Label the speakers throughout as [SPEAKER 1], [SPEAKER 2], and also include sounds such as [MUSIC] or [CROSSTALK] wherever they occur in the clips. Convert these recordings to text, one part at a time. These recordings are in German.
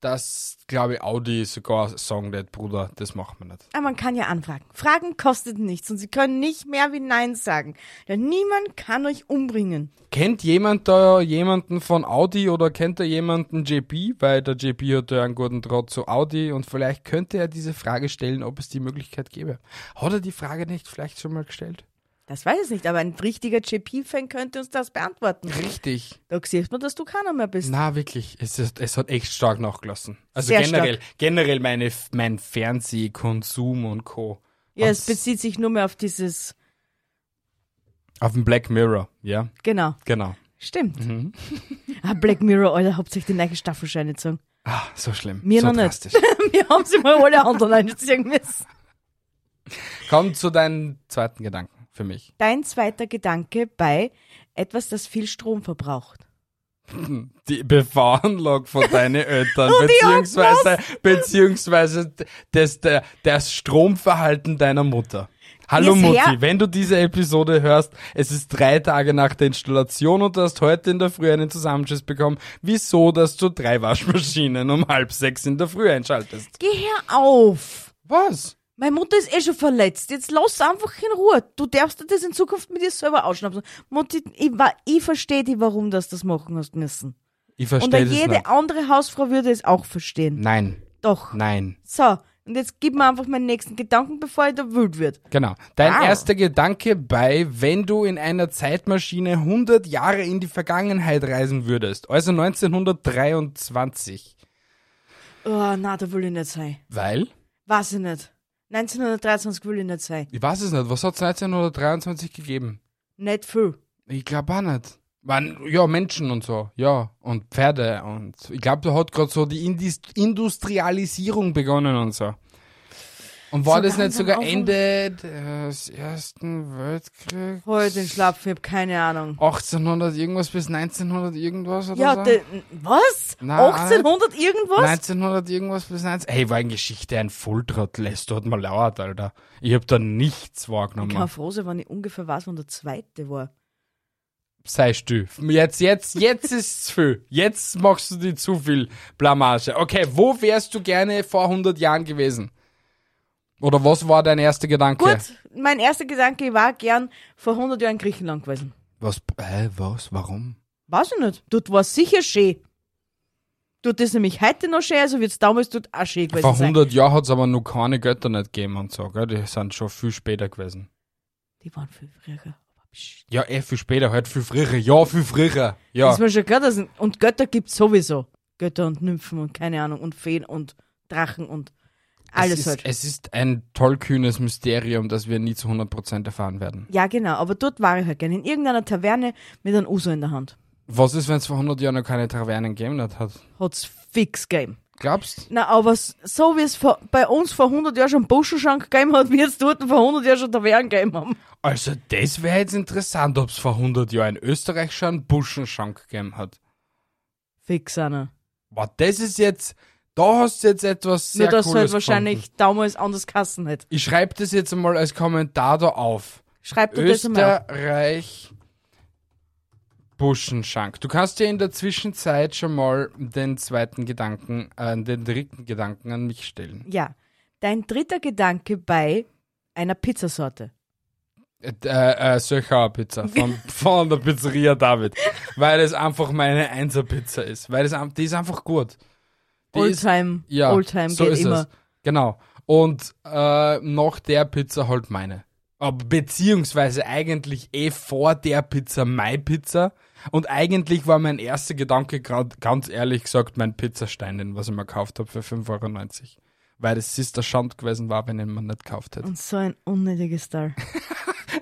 [SPEAKER 1] dass, glaube ich, Audi sogar sagen wird, Bruder, das machen wir nicht.
[SPEAKER 2] Aber Ah, man kann ja anfragen. Fragen kostet nichts und sie können nicht mehr wie Nein sagen. Denn niemand kann euch umbringen.
[SPEAKER 1] Kennt jemand da jemanden von Audi oder kennt da jemanden JP? Weil der JP hat ja einen guten Draht zu Audi und vielleicht könnte er diese Frage stellen, ob es die Möglichkeit gäbe. Hat er die Frage nicht vielleicht schon mal gestellt?
[SPEAKER 2] Das weiß ich nicht, aber ein richtiger JP-Fan könnte uns das
[SPEAKER 1] [LAUGHS]
[SPEAKER 2] beantworten.
[SPEAKER 1] Richtig.
[SPEAKER 2] Da sieht man, dass du keiner mehr bist.
[SPEAKER 1] Na wirklich, es, ist, es hat echt stark nachgelassen. Also
[SPEAKER 2] Sehr
[SPEAKER 1] generell, generell meine, mein Fernsehkonsum und Co.
[SPEAKER 2] ja, es
[SPEAKER 1] Hat's-
[SPEAKER 2] bezieht sich nur mehr auf dieses.
[SPEAKER 1] Auf den Black Mirror, ja,
[SPEAKER 2] Genau,
[SPEAKER 1] genau.
[SPEAKER 2] stimmt. [LAUGHS] ah, Black Mirror, Alter, hauptsächlich die neue Staffelscheine gezogen.
[SPEAKER 1] Ah, so schlimm.
[SPEAKER 2] Mir
[SPEAKER 1] so
[SPEAKER 2] noch nicht.
[SPEAKER 1] drastisch.
[SPEAKER 2] [LAUGHS] Wir haben sie mal alle anderen einziehen müssen.
[SPEAKER 1] Komm zu deinem zweiten Gedanken für mich.
[SPEAKER 2] dein zweiter Gedanke bei etwas, das viel Strom verbraucht?
[SPEAKER 1] Die BV-Anlage von
[SPEAKER 2] [LAUGHS]
[SPEAKER 1] deinen Eltern, beziehungsweise, beziehungsweise das, der, das Stromverhalten deiner Mutter. Hallo
[SPEAKER 2] Yes,
[SPEAKER 1] Mutti,
[SPEAKER 2] Herr.
[SPEAKER 1] wenn du diese Episode hörst, es ist drei Tage nach der Installation und du hast heute in der Früh einen Zusammenschiss bekommen, wieso, dass du drei Waschmaschinen um halb sechs in der Früh einschaltest.
[SPEAKER 2] Geh her auf!
[SPEAKER 1] Was?
[SPEAKER 2] Meine Mutter ist eh schon verletzt. Jetzt lass sie einfach in Ruhe. Du darfst dir das in Zukunft mit dir selber ausschnapsen. Mutti, ich, wa- ich verstehe dich, warum du das machen hast müssen.
[SPEAKER 1] Ich
[SPEAKER 2] Und
[SPEAKER 1] verstehe
[SPEAKER 2] weil
[SPEAKER 1] das
[SPEAKER 2] jede
[SPEAKER 1] nicht.
[SPEAKER 2] andere Hausfrau würde es auch verstehen.
[SPEAKER 1] Nein,
[SPEAKER 2] Doch.
[SPEAKER 1] nein.
[SPEAKER 2] So, und jetzt gib mir einfach meinen nächsten Gedanken, bevor ich da wild wird.
[SPEAKER 1] Genau. Dein
[SPEAKER 2] Wow.
[SPEAKER 1] erster Gedanke bei, wenn du in einer Zeitmaschine 100 Jahre in die Vergangenheit reisen würdest, also 1923.
[SPEAKER 2] Oh, na, da will ich nicht sein.
[SPEAKER 1] Weil?
[SPEAKER 2] Weiß ich nicht. 1923 will ich nicht sein.
[SPEAKER 1] Ich weiß es nicht. Was hat es 1923 gegeben?
[SPEAKER 2] Nicht viel.
[SPEAKER 1] Ich glaube auch nicht. Man, ja, Menschen und so, ja, und Pferde und ich glaube, da hat gerade so die Indis Industrialisierung begonnen und so. Und war
[SPEAKER 2] So
[SPEAKER 1] das nicht
[SPEAKER 2] langsam
[SPEAKER 1] sogar
[SPEAKER 2] auf-
[SPEAKER 1] Ende des Ersten Weltkriegs?
[SPEAKER 2] Heute den Schlapfen, ich hab keine Ahnung.
[SPEAKER 1] 1800 irgendwas bis 1900 irgendwas oder
[SPEAKER 2] Ja,
[SPEAKER 1] so?
[SPEAKER 2] de, was?
[SPEAKER 1] Nein,
[SPEAKER 2] 1800 irgendwas?
[SPEAKER 1] 1900 irgendwas bis 19. Hey, war in Geschichte ein Volltrottel, es tut mir leid, Alter. Ich hab da nichts
[SPEAKER 2] Ich kann
[SPEAKER 1] wahrgenommen.
[SPEAKER 2] froh sein, wenn ich ungefähr weiß, wann der zweite war.
[SPEAKER 1] Sei still. Jetzt, jetzt, jetzt ist's viel. Jetzt machst du dir zu viel Blamage. Okay, wo wärst du gerne vor 100 Jahren gewesen? Oder was war dein erster Gedanke?
[SPEAKER 2] Gut, mein erster Gedanke war gern vor 100 Jahren in Griechenland gewesen.
[SPEAKER 1] Was, äh, was, warum?
[SPEAKER 2] Weiß ich nicht. Dort war sicher schön. Tut das nämlich heute noch schön, also wird es damals dort auch schön gewesen
[SPEAKER 1] Vor
[SPEAKER 2] sein.
[SPEAKER 1] 100 Jahren hat's aber noch keine Götter nicht gegeben und so, gell? Die sind schon viel später gewesen.
[SPEAKER 2] Die waren viel früher. Psst.
[SPEAKER 1] Ja, eh, viel später, halt viel früher. Ja, viel früher. Ja.
[SPEAKER 2] Ist mir schon klar, dass, und Götter gibt sowieso. Götter und Nymphen und keine Ahnung und Feen und Drachen und alles
[SPEAKER 1] es ist,
[SPEAKER 2] halt.
[SPEAKER 1] Es ist ein tollkühnes Mysterium, das wir nie zu 100% erfahren werden.
[SPEAKER 2] Ja, genau, aber dort war ich halt gerne. In irgendeiner Taverne mit einem Uso in der Hand.
[SPEAKER 1] Was ist, wenn es vor 100 Jahren noch keine Tavernen gegeben hat?
[SPEAKER 2] Hat's fix gegeben.
[SPEAKER 1] Glaubst
[SPEAKER 2] Na, aber s- so wie es vor- bei uns vor 100 Jahren schon Buschenschank gegeben hat, [LAUGHS] wird es dort vor 100 Jahren schon Tavernen gegeben haben.
[SPEAKER 1] Also, das wäre jetzt interessant, ob es vor 100 Jahren in Österreich schon einen Buschenschank gegeben hat.
[SPEAKER 2] Fix einer.
[SPEAKER 1] Boah, das ist jetzt, da hast du jetzt etwas sehr
[SPEAKER 2] Nur, dass
[SPEAKER 1] Cooles
[SPEAKER 2] halt wahrscheinlich
[SPEAKER 1] gefunden.
[SPEAKER 2] damals anders kassen hat.
[SPEAKER 1] Ich schreibe das jetzt einmal als Kommentar da auf.
[SPEAKER 2] Schreibt doch das einmal auf.
[SPEAKER 1] Österreich Buschenschank. Du kannst ja in der Zwischenzeit schon mal den zweiten Gedanken, äh, den dritten Gedanken an mich stellen.
[SPEAKER 2] Ja. Dein dritter Gedanke bei einer Pizzasorte.
[SPEAKER 1] Äh, äh, Söchauer Pizza von, von der Pizzeria David. Weil es einfach meine Einser-Pizza ist. Weil es, am- die ist einfach gut. Die ist,
[SPEAKER 2] Oldtime,
[SPEAKER 1] ja,
[SPEAKER 2] Oldtime
[SPEAKER 1] so
[SPEAKER 2] geht
[SPEAKER 1] ist
[SPEAKER 2] immer.
[SPEAKER 1] es. Genau. Und äh, nach der Pizza halt meine. Aber Beziehungsweise eigentlich eh vor der Pizza meine Pizza. Und eigentlich war mein erster Gedanke, grad, ganz ehrlich gesagt, mein Pizzastein, den was ich mir gekauft habe für 5,90 Euro. Weil das Sister Schand gewesen war, wenn ich ihn mir nicht gekauft hätte.
[SPEAKER 2] Und so ein unnötiges Teil.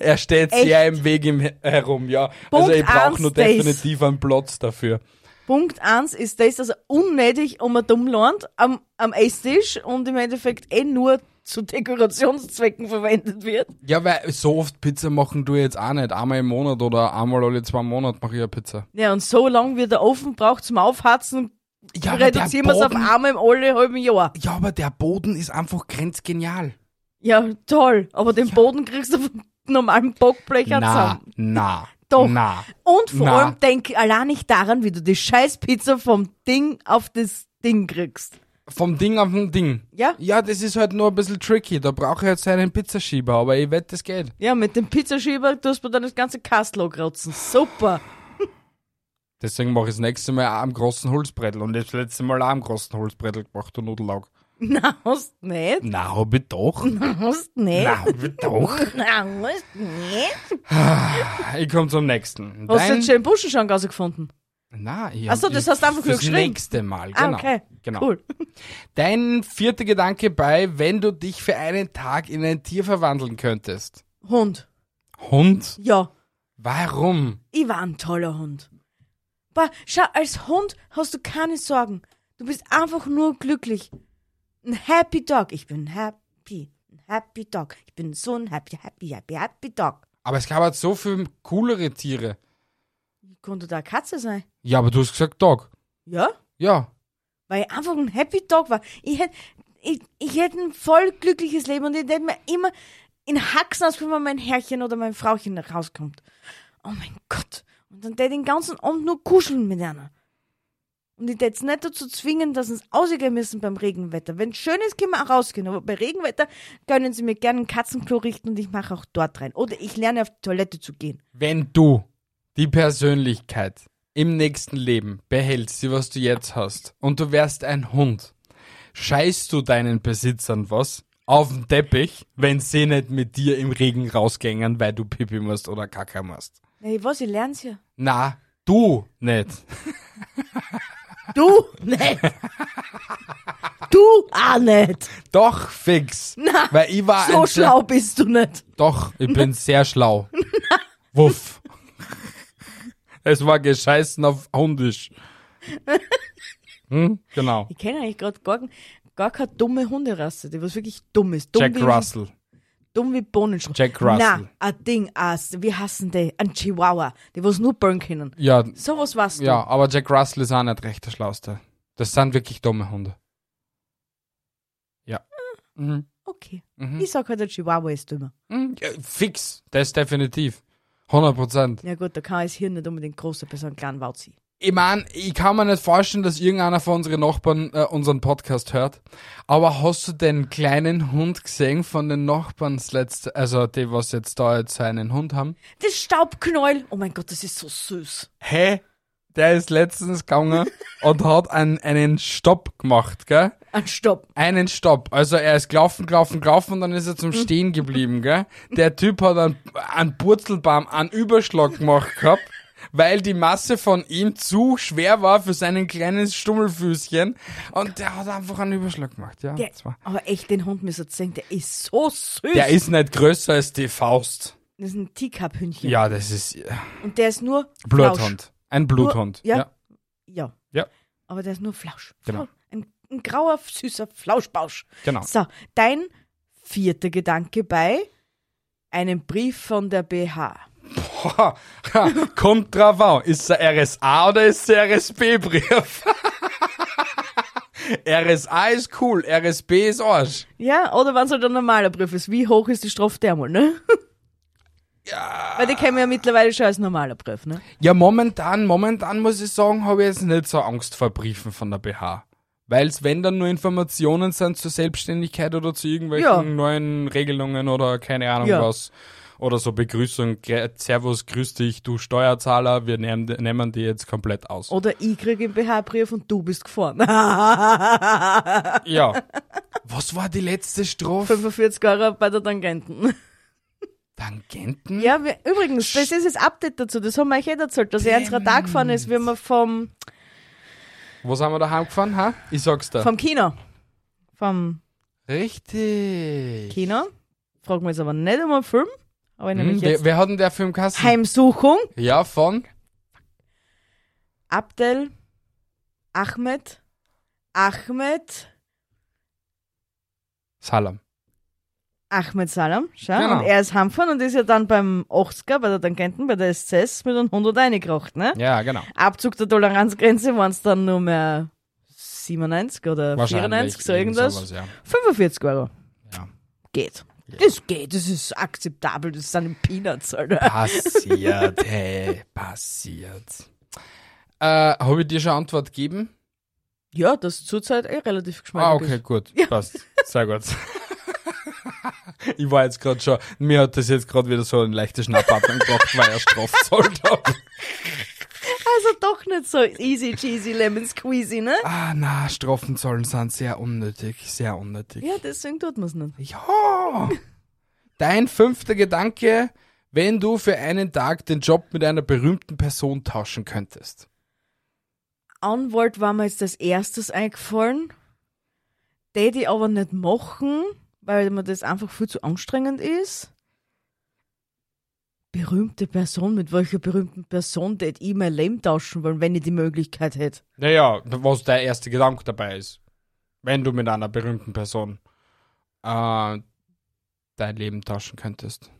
[SPEAKER 1] Er steht
[SPEAKER 2] Echt?
[SPEAKER 1] sehr im Weg im, herum, ja. also
[SPEAKER 2] Punkt
[SPEAKER 1] ich brauche
[SPEAKER 2] eins,
[SPEAKER 1] nur
[SPEAKER 2] das.
[SPEAKER 1] definitiv einen Platz dafür.
[SPEAKER 2] Punkt eins ist das, dass er unnötig um ein dumm Land am, am Esstisch und im Endeffekt eh nur zu Dekorationszwecken verwendet wird.
[SPEAKER 1] Ja, weil so oft Pizza machen du jetzt auch nicht. Einmal im Monat oder einmal alle zwei Monate mache ich eine Pizza.
[SPEAKER 2] Ja, und so lange wie der Ofen braucht zum Aufhatzen,
[SPEAKER 1] Ja, aber der
[SPEAKER 2] reduzieren wir es auf
[SPEAKER 1] Boden,
[SPEAKER 2] einmal im alle halben Jahr.
[SPEAKER 1] ja, aber der Boden ist einfach grenzgenial.
[SPEAKER 2] Ja, toll. Aber den Boden kriegst du vom normalen Bockblech auch
[SPEAKER 1] Na,
[SPEAKER 2] zusammen.
[SPEAKER 1] na,
[SPEAKER 2] Doch.
[SPEAKER 1] na.
[SPEAKER 2] Und vor
[SPEAKER 1] Na.
[SPEAKER 2] allem denk allein nicht daran, wie du die Scheißpizza vom Ding auf das Ding kriegst.
[SPEAKER 1] Vom Ding auf dem Ding.
[SPEAKER 2] Ja?
[SPEAKER 1] Ja, das ist halt nur ein bisschen tricky. Da brauche ich jetzt einen Pizzaschieber, aber ich wette, das geht.
[SPEAKER 2] Ja, mit dem Pizzaschieber tust du dann das ganze Kastel kratzen. Super. [LAUGHS]
[SPEAKER 1] Deswegen mache ich das nächste Mal auch am großen Holzbrettel und das letzte Mal auch am großen Holzbrettel gemacht, du Nudellaug.
[SPEAKER 2] Na, hast nicht?
[SPEAKER 1] Na, hab ich
[SPEAKER 2] [LAUGHS]
[SPEAKER 1] doch.
[SPEAKER 2] Hast nicht?
[SPEAKER 1] Na, hab ich doch.
[SPEAKER 2] Na, hast nicht?
[SPEAKER 1] Ich komme zum nächsten.
[SPEAKER 2] Hast du jetzt schon den Buschenschank rausgefunden?
[SPEAKER 1] Na, ich
[SPEAKER 2] Ach so,
[SPEAKER 1] hab-
[SPEAKER 2] das
[SPEAKER 1] ich-
[SPEAKER 2] hast du einfach nur
[SPEAKER 1] fürs
[SPEAKER 2] geschrieben.
[SPEAKER 1] nächste Mal, genau.
[SPEAKER 2] ah, okay.
[SPEAKER 1] genau.
[SPEAKER 2] Cool.
[SPEAKER 1] Dein vierter Gedanke bei, wenn du dich für einen Tag in ein Tier verwandeln könntest.
[SPEAKER 2] Hund.
[SPEAKER 1] Hund?
[SPEAKER 2] Ja.
[SPEAKER 1] Warum?
[SPEAKER 2] Ich war ein toller Hund. Boah, schau, als Hund hast du keine Sorgen. Du bist einfach nur glücklich. Ein Happy Dog. Ich bin happy. Ein Happy Dog. Ich bin so ein happy, happy, happy, happy Dog.
[SPEAKER 1] Aber es gab halt so viel coolere Tiere.
[SPEAKER 2] Konnte da eine Katze sein?
[SPEAKER 1] Ja, aber du hast gesagt Dog.
[SPEAKER 2] Ja?
[SPEAKER 1] Ja.
[SPEAKER 2] Weil ich einfach ein Happy Dog war. Ich hätte ich, ich hätt ein voll glückliches Leben und ich hätte mir immer in Haxen ausgefallen, wenn mein Herrchen oder mein Frauchen rauskommt. Oh mein Gott. Und dann tät ich den ganzen Abend nur kuscheln mit einer. Und ich tät's nicht dazu zwingen, dass sie uns ausgehen müssen beim Regenwetter. Wenn schön ist, können wir auch rausgehen. Aber bei Regenwetter können sie mir gerne ein Katzenklo richten und ich mache auch dort rein. Oder ich lerne auf die Toilette zu gehen.
[SPEAKER 1] Wenn du die Persönlichkeit im nächsten Leben behältst, die was du jetzt hast, und du wärst ein Hund, scheißt du deinen Besitzern was auf den Teppich, wenn sie nicht mit dir im Regen rausgängen, weil du Pipi musst oder Kacke musst.
[SPEAKER 2] Ey, was, ich lern's ja.
[SPEAKER 1] Na, du nicht.
[SPEAKER 2] Du nicht. Du auch nicht.
[SPEAKER 1] Doch, fix.
[SPEAKER 2] [LAUGHS] Na,
[SPEAKER 1] weil ich war
[SPEAKER 2] So
[SPEAKER 1] ein sehr-
[SPEAKER 2] schlau bist du nicht.
[SPEAKER 1] Doch,
[SPEAKER 2] [LAUGHS]
[SPEAKER 1] ich bin sehr schlau. Wuff. Es war gescheißen auf Hundisch.
[SPEAKER 2] [LAUGHS]
[SPEAKER 1] Hm? Genau.
[SPEAKER 2] Ich kenne eigentlich gerade gar, gar keine dumme Hunderasse, die was wirklich dumm ist. Dumm
[SPEAKER 1] Jack
[SPEAKER 2] wie,
[SPEAKER 1] Russell.
[SPEAKER 2] Dumm wie Bohnenschrot.
[SPEAKER 1] Jack Russell.
[SPEAKER 2] Na, ein Ding, ein, wie hassen die? Ein Chihuahua, die was nur burn können.
[SPEAKER 1] Ja,
[SPEAKER 2] Sowas warst du.
[SPEAKER 1] ja, aber Jack Russell ist auch nicht recht der Schlauste. Das sind wirklich dumme Hunde. Ja. Mhm.
[SPEAKER 2] Okay.
[SPEAKER 1] Mhm.
[SPEAKER 2] Ich sag halt, der Chihuahua ist dümmer.
[SPEAKER 1] Mhm. Ja, fix. Das definitiv. 100 Prozent.
[SPEAKER 2] Ja gut, da kann es hier nicht unbedingt großer bei so einem kleinen Wauzi.
[SPEAKER 1] Ich mein, ich kann mir nicht vorstellen, dass irgendeiner von unseren Nachbarn äh, unseren Podcast hört. Aber hast du den kleinen Hund gesehen von den Nachbarn das letzte, also die, was jetzt da jetzt seinen Hund haben?
[SPEAKER 2] Das Staubknäuel. Oh mein Gott, das ist so süß.
[SPEAKER 1] Hä? der ist letztens gegangen und hat einen, einen Stopp gemacht, gell?
[SPEAKER 2] Ein Stopp.
[SPEAKER 1] einen Stopp. Also er ist gelaufen, gelaufen, gelaufen und dann ist er
[SPEAKER 2] Mhm.
[SPEAKER 1] zum Stehen geblieben, gell? Der Typ hat einen, einen Purzelbaum, einen Überschlag gemacht gehabt, weil die Masse von ihm zu schwer war für seinen kleinen Stummelfüßchen und der hat einfach einen Überschlag gemacht, ja.
[SPEAKER 2] Der,
[SPEAKER 1] das war-
[SPEAKER 2] aber echt, den Hund müsst ihr sehen, der ist so süß.
[SPEAKER 1] Der ist nicht größer als die Faust.
[SPEAKER 2] das ist ein Teacup-Hündchen.
[SPEAKER 1] Ja, das ist äh,
[SPEAKER 2] Und der ist nur Flausch.
[SPEAKER 1] Bluthund. Ein Bluthund.
[SPEAKER 2] Ja.
[SPEAKER 1] ja.
[SPEAKER 2] Ja.
[SPEAKER 1] Ja.
[SPEAKER 2] Aber der ist nur Flausch.
[SPEAKER 1] Genau.
[SPEAKER 2] Ein, ein grauer, süßer Flauschbausch.
[SPEAKER 1] Genau.
[SPEAKER 2] So, dein vierter Gedanke bei einem Brief von der BH.
[SPEAKER 1] Ha, ha, kommt drauf an, ist der RSA oder ist der [LAUGHS] RSB-Brief? RSA ist cool, RSB ist Arsch.
[SPEAKER 2] Ja, oder wenn es halt ein normaler Brief ist. Wie hoch ist die Strafe dermal,
[SPEAKER 1] [LAUGHS]
[SPEAKER 2] ne? Ja. Weil die kennen wir ja mittlerweile schon als normaler Brief, ne?
[SPEAKER 1] Ja, momentan, momentan muss ich sagen, habe ich jetzt nicht so Angst vor Briefen von der BH. Weil es, wenn dann nur Informationen sind zur Selbstständigkeit oder zu irgendwelchen
[SPEAKER 2] Ja.
[SPEAKER 1] neuen Regelungen oder keine Ahnung
[SPEAKER 2] Ja.
[SPEAKER 1] was. Oder so Begrüßung, grä- Servus, grüß dich, du Steuerzahler, wir nehmen, nehmen die jetzt komplett aus.
[SPEAKER 2] Oder ich kriege einen BH-Brief und du bist gefahren. [LAUGHS]
[SPEAKER 1] Ja. Was war die letzte Strophe?
[SPEAKER 2] 45 Euro bei der
[SPEAKER 1] Mhm.
[SPEAKER 2] Tangenten.
[SPEAKER 1] Tangenten?
[SPEAKER 2] Ja, wir, übrigens, das ist das Update dazu. Das haben wir euch eh erzählt, dass er ins Radar gefahren ist, wie wir vom,
[SPEAKER 1] Wo sind wir da heimgefahren? Ha? Ich sag's dir.
[SPEAKER 2] vom Kino. Vom
[SPEAKER 1] Richtig.
[SPEAKER 2] Kino. Fragen wir jetzt aber nicht um einen Film, aber
[SPEAKER 1] Hm,
[SPEAKER 2] nämlich
[SPEAKER 1] wer,
[SPEAKER 2] jetzt
[SPEAKER 1] wer hat denn der Film Kassen?
[SPEAKER 2] Heimsuchung.
[SPEAKER 1] Ja, von?
[SPEAKER 2] Abdel, Ahmed, Ahmed,
[SPEAKER 1] Salam.
[SPEAKER 2] Ahmed Salam, schau.
[SPEAKER 1] Genau.
[SPEAKER 2] Und er ist Hanfern und ist ja dann beim 80er, bei der Tangenten, bei der SCS mit einem 100 eingekracht, ne?
[SPEAKER 1] Ja, genau.
[SPEAKER 2] Abzug der Toleranzgrenze waren es dann nur mehr 97 oder 94, so
[SPEAKER 1] irgend
[SPEAKER 2] irgendwas.
[SPEAKER 1] sowas, ja.
[SPEAKER 2] 45 Euro.
[SPEAKER 1] Ja.
[SPEAKER 2] Geht. Das geht, das ist akzeptabel, das sind Peanuts, Alter.
[SPEAKER 1] [LAUGHS] Passiert, hey, passiert. Äh, Habe ich dir schon Antwort gegeben?
[SPEAKER 2] Ja, das ist zurzeit eh relativ geschmeidig.
[SPEAKER 1] Ah, okay,
[SPEAKER 2] Ist.
[SPEAKER 1] gut. Passt. Sehr gut. [LAUGHS] Ich war jetzt gerade schon, mir hat das jetzt gerade wieder so eine leichte Schnappatmung gebracht, weil er strafzollt hat.
[SPEAKER 2] Also doch nicht so easy cheesy lemon squeezy, ne?
[SPEAKER 1] Ah, na, Strafenzollen sind sehr unnötig, sehr unnötig.
[SPEAKER 2] Ja, deswegen tut man es nicht.
[SPEAKER 1] Ja! Dein fünfter Gedanke, wenn du für einen Tag den Job mit einer berühmten Person tauschen könntest.
[SPEAKER 2] Anwalt war mir jetzt als erstes eingefallen. Täte ich aber nicht machen, weil mir das einfach viel zu anstrengend ist. Berühmte Person, mit welcher berühmten Person täte ich mein Leben tauschen wollen, wenn ich die Möglichkeit hätte?
[SPEAKER 1] Naja, was der erste Gedanke dabei ist. Wenn du mit einer berühmten Person äh, dein Leben tauschen könntest.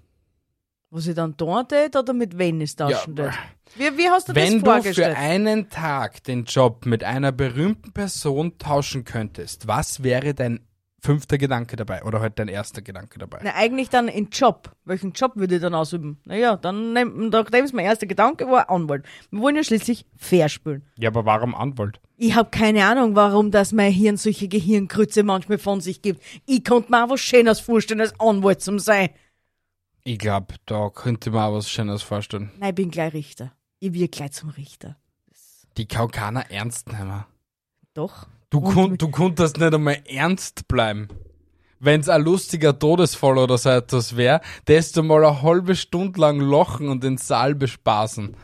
[SPEAKER 2] Was ich dann da tät oder mit wem ich tauschen
[SPEAKER 1] Ja,
[SPEAKER 2] tät? Wie, wie hast du
[SPEAKER 1] Wenn
[SPEAKER 2] das
[SPEAKER 1] du für
[SPEAKER 2] vorgestellt?
[SPEAKER 1] einen Tag den Job mit einer berühmten Person tauschen könntest, was wäre dein fünfter Gedanke dabei? Oder halt dein erster Gedanke dabei?
[SPEAKER 2] Na, Ne, eigentlich dann in Job. Welchen Job würde ich dann ausüben? Naja, dann, nehm- nachdem es mein erster Gedanke war, Anwalt. Wir wollen ja schließlich fair spielen.
[SPEAKER 1] Ja, aber warum Anwalt?
[SPEAKER 2] Ich habe keine Ahnung, warum das mein Hirn solche Gehirnkrütze manchmal von sich gibt. Ich konnte mir auch was Schönes vorstellen, als Anwalt zum sein.
[SPEAKER 1] Ich glaube, da könnte man auch was Schönes vorstellen.
[SPEAKER 2] Nein, ich bin gleich Richter. Ich will gleich zum Richter.
[SPEAKER 1] Die Kaukaner ernst nehmen.
[SPEAKER 2] Doch.
[SPEAKER 1] Du,
[SPEAKER 2] Und
[SPEAKER 1] kon
[SPEAKER 2] mit-
[SPEAKER 1] du konntest nicht einmal ernst bleiben. Wenn's ein lustiger Todesfall oder so etwas wäre, desto mal eine halbe Stunde lang lachen und den Saal bespaßen.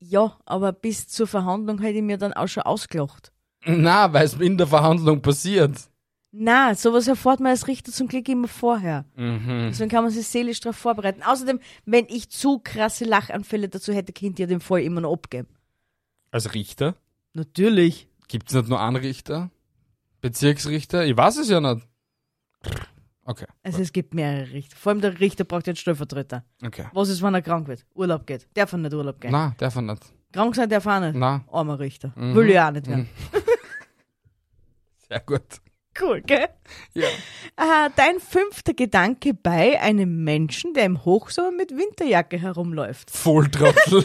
[SPEAKER 2] Ja, aber bis zur Verhandlung hätte ich mir dann auch schon ausgelacht.
[SPEAKER 1] Na, weil's in der Verhandlung passiert.
[SPEAKER 2] Na, sowas erfährt man als Richter zum Glück immer vorher.
[SPEAKER 1] Mhm.
[SPEAKER 2] Deswegen kann man sich seelisch darauf vorbereiten. Außerdem, wenn ich zu krasse Lachanfälle dazu hätte, könnte ich ja den Fall immer noch abgeben.
[SPEAKER 1] Als Richter?
[SPEAKER 2] Natürlich.
[SPEAKER 1] Gibt's nicht nur einen Richter? Bezirksrichter? Ich weiß es ja nicht. Okay,
[SPEAKER 2] Also es gibt mehrere Richter. Vor allem der Richter braucht ja einen Stellvertreter.
[SPEAKER 1] okay.
[SPEAKER 2] Was ist, wenn er krank wird? Urlaub geht. Darf er nicht Urlaub gehen?
[SPEAKER 1] Na, darf er nicht.
[SPEAKER 2] Krank sein darf er nicht.
[SPEAKER 1] Na,
[SPEAKER 2] Armer Richter. Will ich auch nicht werden.
[SPEAKER 1] sehr gut.
[SPEAKER 2] Cool, gell?
[SPEAKER 1] Ja.
[SPEAKER 2] Äh, dein fünfter Gedanke bei einem Menschen, der im Hochsommer mit Winterjacke herumläuft.
[SPEAKER 1] Volltrottel.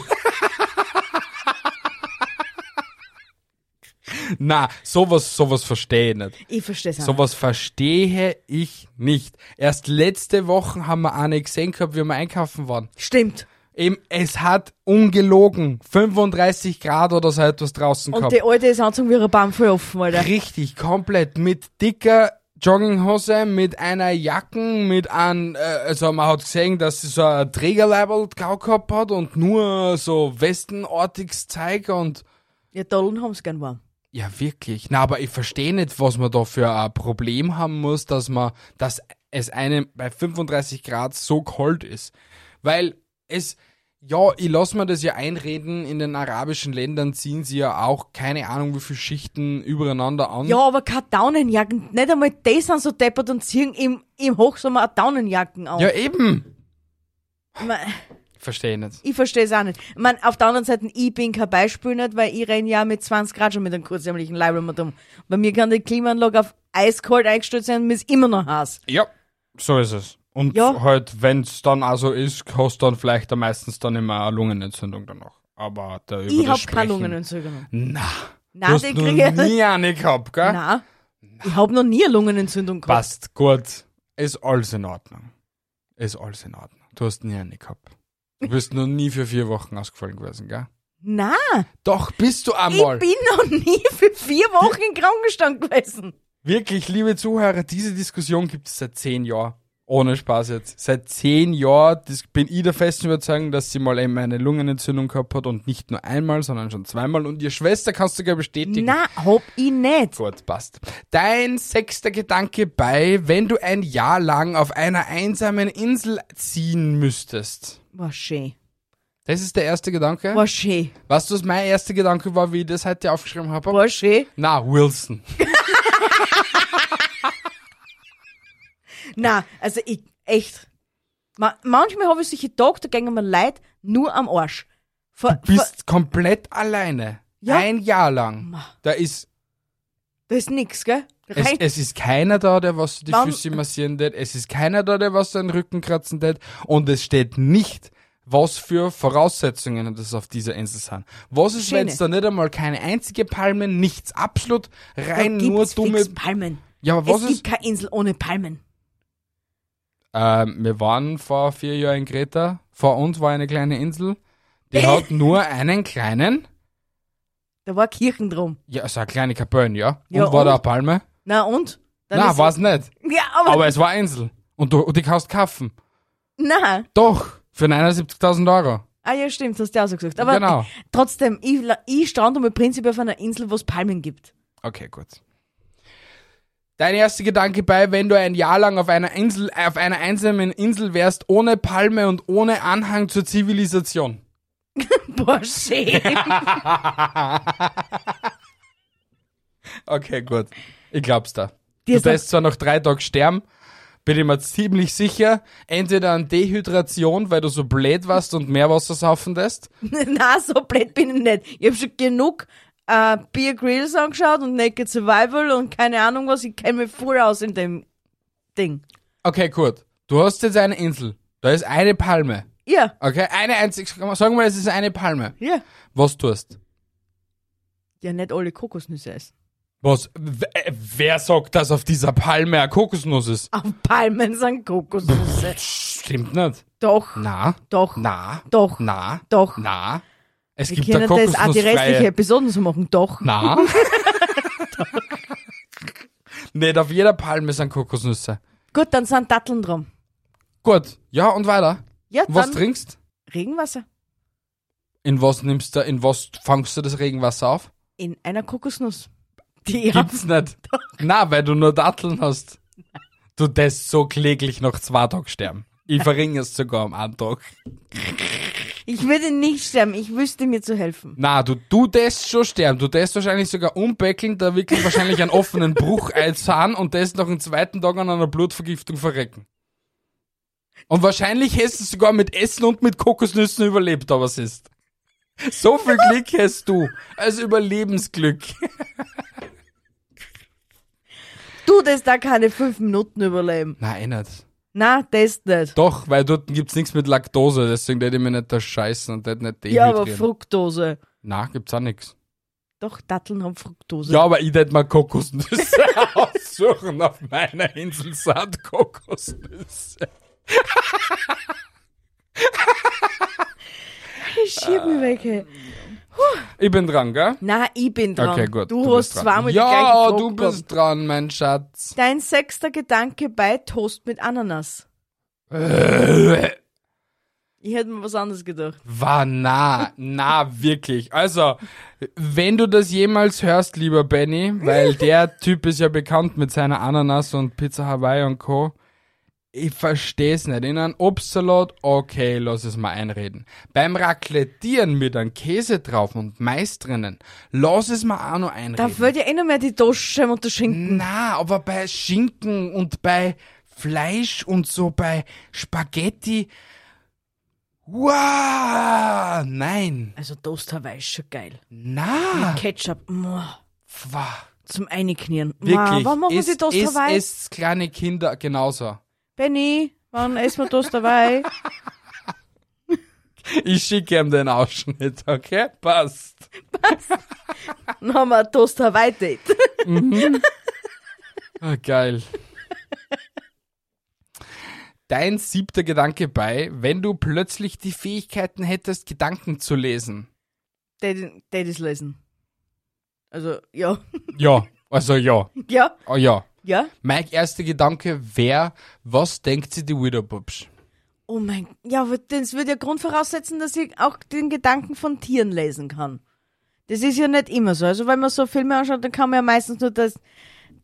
[SPEAKER 1] Na, sowas, sowas verstehe ich nicht.
[SPEAKER 2] Ich verstehe es nicht.
[SPEAKER 1] Sowas verstehe ich nicht. Erst letzte Woche haben wir eine gesehen gehabt, wie wir einkaufen waren.
[SPEAKER 2] Stimmt.
[SPEAKER 1] Eben, es hat ungelogen 35 Grad oder so etwas draußen
[SPEAKER 2] Und
[SPEAKER 1] gehabt.
[SPEAKER 2] die alte ist angezogen wie ein Baum voll offen, Alter.
[SPEAKER 1] Richtig, komplett mit dicker Jogginghose, mit einer Jacken, mit einem, äh, also man hat gesehen, dass sie so ein Trägerleibel gehabt hat und nur so westenartiges Zeug und
[SPEAKER 2] Ja, Dollen haben sie gern warm.
[SPEAKER 1] ja, wirklich. Na, aber ich verstehe nicht, was man da für ein Problem haben muss, dass man, dass es einem bei 35 Grad so kalt ist. Weil es, ja, ich lasse mir das ja einreden, in den arabischen Ländern ziehen sie ja auch keine Ahnung wie viele Schichten übereinander an.
[SPEAKER 2] Ja, aber keine Daunenjacken. Nicht einmal die sind so deppert und ziehen im, im Hochsommer eine Daunenjacken auf.
[SPEAKER 1] Ja, eben.
[SPEAKER 2] Ich, mein,
[SPEAKER 1] Verstehe nicht.
[SPEAKER 2] ich verstehe es auch nicht. Ich mein, auf der anderen Seite, ich bin kein Beispiel nicht, weil ich renn ja mit 20 Grad schon mit einem kurzärmlichen Leibel mit um. Bei mir kann die Klimaanlage auf eiskalt eingestellt sein und mir ist immer noch heiß.
[SPEAKER 1] Ja, so ist es. Und
[SPEAKER 2] Ja.
[SPEAKER 1] halt, wenn's dann also ist, hast dann vielleicht dann meistens dann immer eine Lungenentzündung danach. Aber da über
[SPEAKER 2] Ich hab
[SPEAKER 1] das
[SPEAKER 2] keine
[SPEAKER 1] Sprechen-
[SPEAKER 2] Lungenentzündung.
[SPEAKER 1] Na, du
[SPEAKER 2] Nein,
[SPEAKER 1] hast
[SPEAKER 2] die
[SPEAKER 1] noch
[SPEAKER 2] kriege ich.
[SPEAKER 1] nie eine gehabt, gell?
[SPEAKER 2] Nein. Ich hab noch nie eine Lungenentzündung gehabt.
[SPEAKER 1] Passt, gut. Ist alles in Ordnung. Ist alles in Ordnung. Du hast nie eine gehabt. Du bist noch nie für vier Wochen ausgefallen gewesen, gell?
[SPEAKER 2] Nein,
[SPEAKER 1] Doch, bist du einmal.
[SPEAKER 2] ich bin noch nie für vier Wochen im Krankenstand gewesen.
[SPEAKER 1] Wirklich, liebe Zuhörer, diese Diskussion gibt es seit zehn Jahren. Ohne Spaß jetzt. Seit zehn Jahren das bin ich der festen Überzeugung, dass sie mal eben eine Lungenentzündung gehabt hat und nicht nur einmal, sondern schon zweimal. Und ihre Schwester kannst du sogar bestätigen.
[SPEAKER 2] Nein, hab ich nicht.
[SPEAKER 1] Gut, passt. Dein sechster Gedanke bei, wenn du ein Jahr lang auf einer einsamen Insel ziehen müsstest.
[SPEAKER 2] War schön.
[SPEAKER 1] Das ist der erste Gedanke.
[SPEAKER 2] War schön.
[SPEAKER 1] Weißt du, was mein erster Gedanke war, wie ich das heute aufgeschrieben habe?
[SPEAKER 2] War schön.
[SPEAKER 1] Na, Wilson.
[SPEAKER 2] Nein, also ich, echt. Ma manchmal habe ich solche Tage, da gingen mir Leid nur am Arsch. Ver,
[SPEAKER 1] Du bist komplett alleine.
[SPEAKER 2] Ja.
[SPEAKER 1] Ein Jahr lang. Da ist,
[SPEAKER 2] da ist nix, gell?
[SPEAKER 1] es,
[SPEAKER 2] Rein,
[SPEAKER 1] es ist keiner da, der was die
[SPEAKER 2] Wann-
[SPEAKER 1] Füße massieren tät. Es ist keiner da, der was deinen Rücken kratzen tät. Und es steht nicht, was für Voraussetzungen das auf dieser Insel sind. Was ist, wenn
[SPEAKER 2] Schöne.
[SPEAKER 1] es da nicht einmal keine einzige Palme, nichts, absolut
[SPEAKER 2] da
[SPEAKER 1] rein
[SPEAKER 2] gibt's
[SPEAKER 1] nur dumme...
[SPEAKER 2] fix Palmen.
[SPEAKER 1] Ja, aber was
[SPEAKER 2] es
[SPEAKER 1] ist...
[SPEAKER 2] gibt keine Insel ohne Palmen.
[SPEAKER 1] Ähm, wir waren vor vier Jahren in Kreta. Vor uns war eine kleine Insel.
[SPEAKER 2] Äh.
[SPEAKER 1] Die hat nur einen kleinen,
[SPEAKER 2] Da war Kirchen drum.
[SPEAKER 1] ja, so eine kleine Kapelle, ja. Und
[SPEAKER 2] Ja,
[SPEAKER 1] war
[SPEAKER 2] und?
[SPEAKER 1] da eine Palme?
[SPEAKER 2] Na und? Dann
[SPEAKER 1] Nein,
[SPEAKER 2] ist-
[SPEAKER 1] war es nicht.
[SPEAKER 2] [LAUGHS] Ja, aber,
[SPEAKER 1] Aber es war eine Insel. Und du, und die kannst kaufen.
[SPEAKER 2] nein.
[SPEAKER 1] Doch, für 79.000 Euro.
[SPEAKER 2] Ah ja, stimmt, hast du auch so gesagt. Aber
[SPEAKER 1] Genau.
[SPEAKER 2] äh, trotzdem, ich, la- ich stand einmal prinzipiell auf einer Insel, wo es Palmen gibt. [LAUGHS]
[SPEAKER 1] Okay, gut. Dein erster Gedanke bei, wenn du ein Jahr lang auf einer Insel, auf einer einsamen Insel wärst, ohne Palme und ohne Anhang zur Zivilisation.
[SPEAKER 2] Boah, schön.
[SPEAKER 1] Okay, gut. Ich glaub's da.
[SPEAKER 2] Dir
[SPEAKER 1] Du
[SPEAKER 2] ist noch-
[SPEAKER 1] wirst zwar noch drei Tage sterben, bin ich mir ziemlich sicher. Entweder an Dehydration, weil du so blöd warst und Meerwasser saufen lässt.
[SPEAKER 2] [LAUGHS] Nein, so blöd bin ich nicht. Ich habe schon genug äh, Beer Grills angeschaut und Naked Survival und keine Ahnung was. Ich kenne mich voll aus in dem Ding.
[SPEAKER 1] Okay, gut. Du hast jetzt eine Insel. Da ist eine Palme.
[SPEAKER 2] Ja,
[SPEAKER 1] Okay, eine einzige. Sagen wir, es ist eine Palme.
[SPEAKER 2] ja.
[SPEAKER 1] Was tust?
[SPEAKER 2] Ja, nicht alle Kokosnüsse essen. [LAUGHS]
[SPEAKER 1] Was? W äh, wer sagt, dass auf dieser Palme eine Kokosnuss ist?
[SPEAKER 2] Auf Palmen sind Kokosnüsse.
[SPEAKER 1] Stimmt nicht.
[SPEAKER 2] doch,
[SPEAKER 1] Na,
[SPEAKER 2] doch,
[SPEAKER 1] na,
[SPEAKER 2] doch,
[SPEAKER 1] na,
[SPEAKER 2] doch.
[SPEAKER 1] na. Es
[SPEAKER 2] Wir
[SPEAKER 1] gibt da
[SPEAKER 2] können das auch die restlichen
[SPEAKER 1] Kokosnussfreie.
[SPEAKER 2] Episoden so machen. Doch. [LAUGHS]
[SPEAKER 1] Na. Nicht auf jeder Palme sind Kokosnüsse.
[SPEAKER 2] Gut, dann sind Datteln drum.
[SPEAKER 1] Gut, ja und weiter.
[SPEAKER 2] Ja,
[SPEAKER 1] Was
[SPEAKER 2] dann
[SPEAKER 1] trinkst?
[SPEAKER 2] Regenwasser.
[SPEAKER 1] In was nimmst du, in was fangst du das Regenwasser auf?
[SPEAKER 2] In einer Kokosnuss. [LAUGHS] Die ich hab-
[SPEAKER 1] Gibt's nicht. Na, weil du nur Datteln hast. Du das so kläglich nach zwei Tagen sterben. Ich verringere es sogar um einen Tag.
[SPEAKER 2] Ich würde nicht sterben. Ich wüsste mir zu helfen.
[SPEAKER 1] Na, du, du das schon sterben. Du das wahrscheinlich sogar umbeckeln, da wirklich wahrscheinlich einen offenen Bruch einzahn und das noch am zweiten Tag an einer Blutvergiftung verrecken. Und wahrscheinlich hättest du sogar mit Essen und mit Kokosnüssen überlebt, aber es ist. So viel Glück hast du. Also Überlebensglück.
[SPEAKER 2] Du, das da keine fünf Minuten überleben.
[SPEAKER 1] Nein, eh nicht.
[SPEAKER 2] Na, das nicht.
[SPEAKER 1] Doch, weil dort gibt's nichts mit Laktose, deswegen hätte ich mir nicht da scheißen und hätte nicht
[SPEAKER 2] Ja, aber
[SPEAKER 1] dehydrieren.
[SPEAKER 2] Fructose.
[SPEAKER 1] Na, gibt's auch nix.
[SPEAKER 2] Doch, Datteln haben Fructose.
[SPEAKER 1] Ja, aber ich hätte mal Kokosnüsse [LAUGHS] aussuchen. Auf meiner Insel sind Kokosnüsse.
[SPEAKER 2] Ich schieb mich weg, hey.
[SPEAKER 1] Ich bin dran, gell?
[SPEAKER 2] Na, ich bin dran.
[SPEAKER 1] Okay, gut.
[SPEAKER 2] Du, hast
[SPEAKER 1] bist dran.
[SPEAKER 2] zweimal die gleichen
[SPEAKER 1] Ja,
[SPEAKER 2] Fragen
[SPEAKER 1] du bist dran, mein Schatz.
[SPEAKER 2] gehabt. Dein sechster Gedanke bei Toast mit Ananas. Ich hätte mir was anderes gedacht.
[SPEAKER 1] War nah, nah, wirklich. Also, wenn du das jemals hörst, lieber Benny, weil der Typ ist ja bekannt mit seiner Ananas und Pizza Hawaii und Co. Ich versteh's nicht. In einem Obstsalat, okay, lass es mal einreden. Beim Raclettieren mit einem Käse drauf und Mais drinnen, lass es mal auch noch einreden.
[SPEAKER 2] Da fällt ja eh noch mehr die Toastscheibe und der Schinken.
[SPEAKER 1] Na, aber bei Schinken und bei Fleisch und so bei Spaghetti. Wow! Nein,
[SPEAKER 2] Also Toast Hawaii ist schon geil.
[SPEAKER 1] na,
[SPEAKER 2] Ketchup, muah,
[SPEAKER 1] wow.
[SPEAKER 2] zum Einknien. Muah,
[SPEAKER 1] wirklich.
[SPEAKER 2] Wann machen
[SPEAKER 1] es,
[SPEAKER 2] Sie Toast
[SPEAKER 1] es,
[SPEAKER 2] Hawaii?
[SPEAKER 1] es kleine Kinder genauso.
[SPEAKER 2] Benny, wann essen wir Toast
[SPEAKER 1] [LAUGHS]
[SPEAKER 2] Hawaii?
[SPEAKER 1] Ich schicke ihm den Ausschnitt, okay? Passt.
[SPEAKER 2] Dann haben wir ein Toast Hawaii Date. [LAUGHS]
[SPEAKER 1] Ah, geil. Dein siebter Gedanke bei, wenn du plötzlich die Fähigkeiten hättest, Gedanken zu lesen.
[SPEAKER 2] Date ist lesen. Also, ja. [LAUGHS]
[SPEAKER 1] Ja, also ja.
[SPEAKER 2] Ja,
[SPEAKER 1] Oh ja.
[SPEAKER 2] ja.
[SPEAKER 1] Mein erster Gedanke wäre, was denkt sie die Widowbubsch?
[SPEAKER 2] Oh mein, ja, aber das würde ja Grund voraussetzen, dass ich auch den Gedanken von Tieren lesen kann. Das ist ja nicht immer so. Also wenn man so Filme anschaut, dann kann man ja meistens nur das,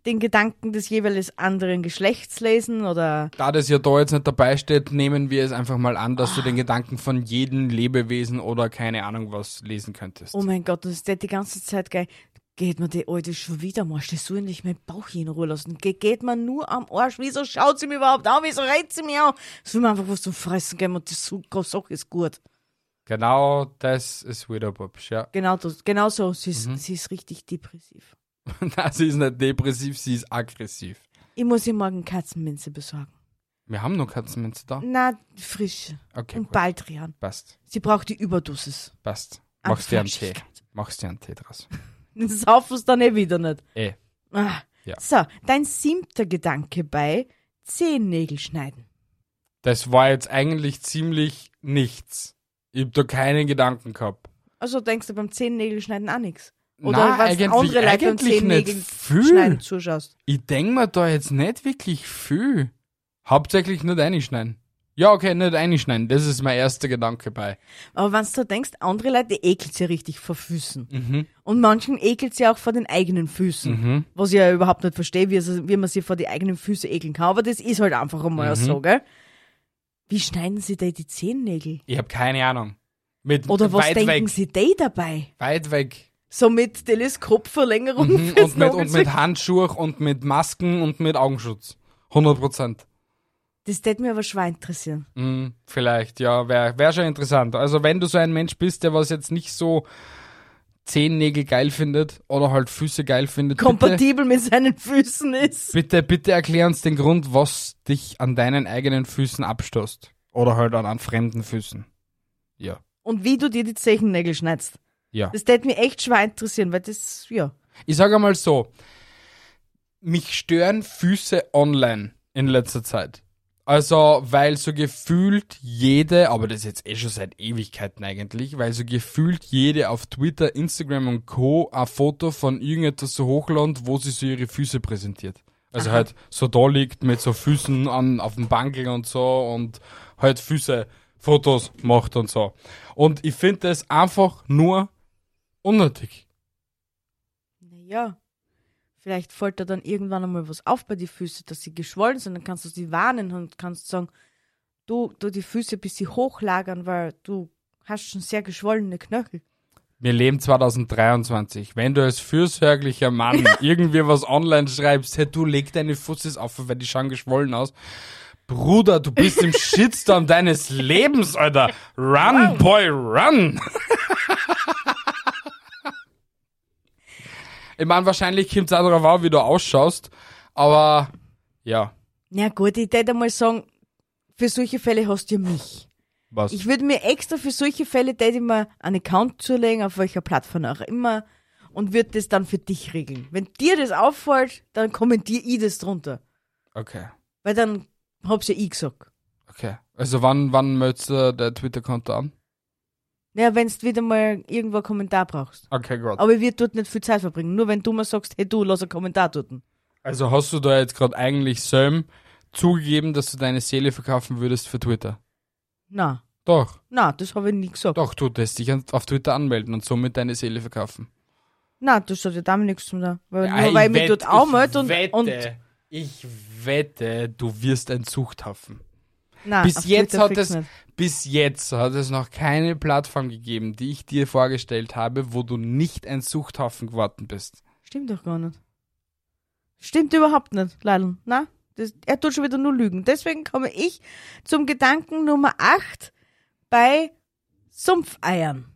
[SPEAKER 2] den Gedanken des jeweils anderen Geschlechts lesen oder
[SPEAKER 1] Da das ja da jetzt nicht dabei steht, nehmen wir es einfach mal an, dass du
[SPEAKER 2] Ah.
[SPEAKER 1] den Gedanken von jedem Lebewesen oder keine Ahnung was lesen könntest.
[SPEAKER 2] oh mein Gott, das ist der die ganze Zeit geil. Geht mir die Alte schon wieder mal, das soll nicht meinen Bauch hier in Ruhe lassen. Ge geht mir nur am Arsch. Wieso schaut sie mir überhaupt an? Wieso redet sie mir an? Es will mir einfach was zum Fressen geben und die Su- Sache ist gut.
[SPEAKER 1] Genau das ist Widowbubsch, ja. [LAUGHS]
[SPEAKER 2] Genau, das, genau so. Sie ist, sie ist richtig depressiv.
[SPEAKER 1] Nein, sie ist nicht depressiv, sie ist aggressiv.
[SPEAKER 2] Ich muss ihr morgen Katzenminze besorgen.
[SPEAKER 1] Wir haben noch Katzenmünze da.
[SPEAKER 2] Na, frisch.
[SPEAKER 1] Okay,
[SPEAKER 2] Und
[SPEAKER 1] gut.
[SPEAKER 2] Baldrian.
[SPEAKER 1] Passt,
[SPEAKER 2] Sie braucht die Überdosis. [LAUGHS]
[SPEAKER 1] passt.
[SPEAKER 2] An
[SPEAKER 1] Machst dir einen Tee.
[SPEAKER 2] Fleischigkeit.
[SPEAKER 1] Machst dir einen Tee draus.
[SPEAKER 2] Das saufen sie dann eh wieder nicht.
[SPEAKER 1] Eh.
[SPEAKER 2] Ah.
[SPEAKER 1] Ja.
[SPEAKER 2] So, dein siebter Gedanke bei Zehennägel schneiden.
[SPEAKER 1] Das war jetzt eigentlich ziemlich nichts. Ich hab da keinen Gedanken gehabt.
[SPEAKER 2] Also denkst du beim Zehennägel schneiden auch nichts?
[SPEAKER 1] Nein,
[SPEAKER 2] Oder was
[SPEAKER 1] eigentlich-
[SPEAKER 2] andere Leute beim
[SPEAKER 1] eigentlich nicht
[SPEAKER 2] Zehennägel
[SPEAKER 1] viel.
[SPEAKER 2] schneiden zuschaust?
[SPEAKER 1] Ich denk mir da jetzt nicht wirklich viel. Hauptsächlich nicht einschneiden. Ja, okay, nicht einschneiden. Das ist mein erster Gedanke bei.
[SPEAKER 2] Aber wenn du da denkst, andere Leute ekelt sie richtig vor Füßen.
[SPEAKER 1] Mhm.
[SPEAKER 2] Und manchen ekelt sie auch vor den eigenen Füßen. Was ich ja überhaupt nicht verstehe, wie, es- wie man sie vor die eigenen Füße ekeln kann. Aber das ist halt einfach einmal
[SPEAKER 1] Mhm.
[SPEAKER 2] so, gell? Wie schneiden sie da die Zehennägel?
[SPEAKER 1] Ich habe keine Ahnung. Mit
[SPEAKER 2] Oder was
[SPEAKER 1] weit
[SPEAKER 2] denken
[SPEAKER 1] weg,
[SPEAKER 2] sie da dabei? [LAUGHS]
[SPEAKER 1] weit weg.
[SPEAKER 2] So mit Teleskopverlängerung
[SPEAKER 1] Mhm.
[SPEAKER 2] fürs
[SPEAKER 1] Und mit, und
[SPEAKER 2] Nobelfeld.
[SPEAKER 1] mit Handschuhen und mit Masken und mit Augenschutz. 100 Prozent.
[SPEAKER 2] Das tät mir aber schon interessieren.
[SPEAKER 1] Mhm, vielleicht, ja, wäre wär schon interessant. Also wenn du so ein Mensch bist, der was jetzt nicht so Zehennägel geil findet oder halt Füße geil findet, bitte,
[SPEAKER 2] Kompatibel mit seinen Füßen ist.
[SPEAKER 1] bitte, bitte erklär uns den Grund, was dich an deinen eigenen Füßen abstoßt. Oder halt an, an fremden Füßen. Ja.
[SPEAKER 2] Und wie du dir die Zehennägel schneidest.
[SPEAKER 1] Ja.
[SPEAKER 2] Das tät mich echt schon interessieren, weil das, ja.
[SPEAKER 1] Ich sage einmal so, mich stören Füße online in letzter Zeit. Also, weil so gefühlt jede, aber das ist jetzt eh schon seit Ewigkeiten eigentlich, weil so gefühlt jede auf Twitter, Instagram und Co. ein Foto von irgendetwas so hochland, wo sie so ihre Füße präsentiert. Also halt so da liegt mit so Füßen an, auf dem Bankel und so und halt Füße, Fotos macht und so. Und ich finde das einfach nur unnötig.
[SPEAKER 2] Naja, vielleicht fällt da dann irgendwann einmal was auf bei den Füßen, dass sie geschwollen sind. Dann kannst du sie warnen und kannst sagen, du, du die Füße ein bisschen hochlagern, weil du hast schon sehr geschwollene Knöchel.
[SPEAKER 1] Wir leben 2023. Wenn du als fürsorglicher Mann irgendwie was online schreibst, hey, du leg deine Fusses auf, weil die schauen geschwollen aus. Bruder, du bist [LAUGHS] im Shitstorm deines Lebens, Alter. Run, boy, run. ich meine, wahrscheinlich kommt es auch darauf an, wie du ausschaust. Aber ja,
[SPEAKER 2] Na gut, ich täte mal sagen, für solche Fälle hast du ja mich.
[SPEAKER 1] was?
[SPEAKER 2] Ich würde mir extra für solche Fälle täte ich mir einen Account zulegen, auf welcher Plattform auch immer, und würde das dann für dich regeln. Wenn dir das auffällt, dann kommentiere ich das drunter.
[SPEAKER 1] Okay,
[SPEAKER 2] Weil dann hab's ja ich gesagt.
[SPEAKER 1] okay. Also wann, wann meldest du dein Twitter-Konto an?
[SPEAKER 2] Naja, wenn du wieder mal irgendwo einen Kommentar brauchst.
[SPEAKER 1] Okay, gut.
[SPEAKER 2] Aber ich wird dort nicht viel Zeit verbringen. Nur wenn du mir sagst, hey du, lass einen Kommentar dort.
[SPEAKER 1] Also hast du da jetzt gerade eigentlich Sam zugegeben, dass du deine Seele verkaufen würdest für Twitter?
[SPEAKER 2] Na,
[SPEAKER 1] Doch,
[SPEAKER 2] na, das habe ich nie gesagt.
[SPEAKER 1] doch, du lässt dich an- auf Twitter anmelden und somit deine Seele verkaufen.
[SPEAKER 2] Na, das hat ja damit nichts zu tun. Weil, nur weil ich mich dort anmelde und,
[SPEAKER 1] wette,
[SPEAKER 2] und
[SPEAKER 1] ich wette, du wirst ein Zuchthafen.
[SPEAKER 2] na,
[SPEAKER 1] Bis
[SPEAKER 2] Ah, auf
[SPEAKER 1] jetzt,
[SPEAKER 2] Twitter
[SPEAKER 1] hat
[SPEAKER 2] fix
[SPEAKER 1] es,
[SPEAKER 2] nicht.
[SPEAKER 1] bis jetzt hat es noch keine Plattform gegeben, die ich dir vorgestellt habe, wo du nicht ein Zuchthafen geworden bist.
[SPEAKER 2] Stimmt doch gar nicht. Stimmt überhaupt nicht, Leilon. Na, das, er tut schon wieder nur Lügen. Deswegen komme ich zum Gedanken Nummer 8 bei Sumpfeiern.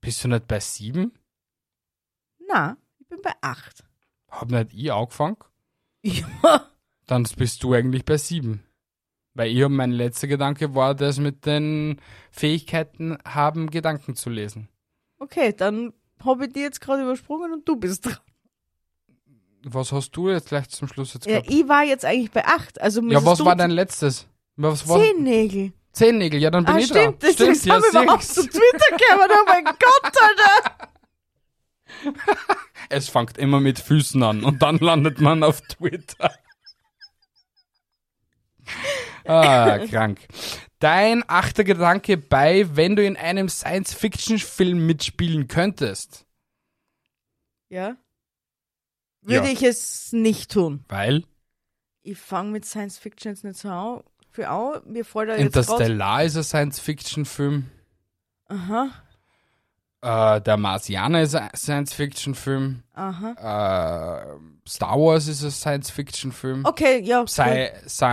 [SPEAKER 1] Bist du nicht bei sieben?
[SPEAKER 2] Na, ich bin bei 8.
[SPEAKER 1] Hab nicht ich angefangen?
[SPEAKER 2] [LAUGHS] Ja.
[SPEAKER 1] Dann bist du eigentlich bei sieben. Weil ich, mein letzter Gedanke war, das mit den Fähigkeiten haben, Gedanken zu lesen.
[SPEAKER 2] Okay, dann habe ich die jetzt gerade übersprungen und du bist dran.
[SPEAKER 1] Was hast du jetzt gleich zum Schluss jetzt
[SPEAKER 2] Ja,
[SPEAKER 1] gehabt?
[SPEAKER 2] ich war jetzt eigentlich bei 8. Also
[SPEAKER 1] Ja,
[SPEAKER 2] müsstest
[SPEAKER 1] was
[SPEAKER 2] du
[SPEAKER 1] war dein letztes? Was war
[SPEAKER 2] Zehennägel.
[SPEAKER 1] Zehennägel, ja, dann bin
[SPEAKER 2] Ah,
[SPEAKER 1] ich
[SPEAKER 2] stimmt,
[SPEAKER 1] dran.
[SPEAKER 2] das stimmt,
[SPEAKER 1] ja,
[SPEAKER 2] haben wir überhaupt
[SPEAKER 1] siehst.
[SPEAKER 2] zu Twitter gekommen. Oh
[SPEAKER 1] [LAUGHS]
[SPEAKER 2] mein Gott, Alter.
[SPEAKER 1] Es fängt immer mit Füßen an und dann [LAUGHS] landet man auf Twitter.
[SPEAKER 2] [LAUGHS]
[SPEAKER 1] Ah, krank. Dein achter Gedanke bei, wenn du in einem Science-Fiction-Film mitspielen könntest.
[SPEAKER 2] Ja?
[SPEAKER 1] Ja.
[SPEAKER 2] Würde ich es nicht tun.
[SPEAKER 1] Weil
[SPEAKER 2] Ich fange mit Science Fiction jetzt nicht so an. Für auch, mir fällt da jetzt grad-
[SPEAKER 1] Interstellar ist ein Science-Fiction-Film.
[SPEAKER 2] Aha,
[SPEAKER 1] Äh, der Marsianer ist ein Science-Fiction-Film.
[SPEAKER 2] aha.
[SPEAKER 1] Äh, Star Wars ist ein Science-Fiction-Film.
[SPEAKER 2] Okay, ja. voll.
[SPEAKER 1] Sci, Sci,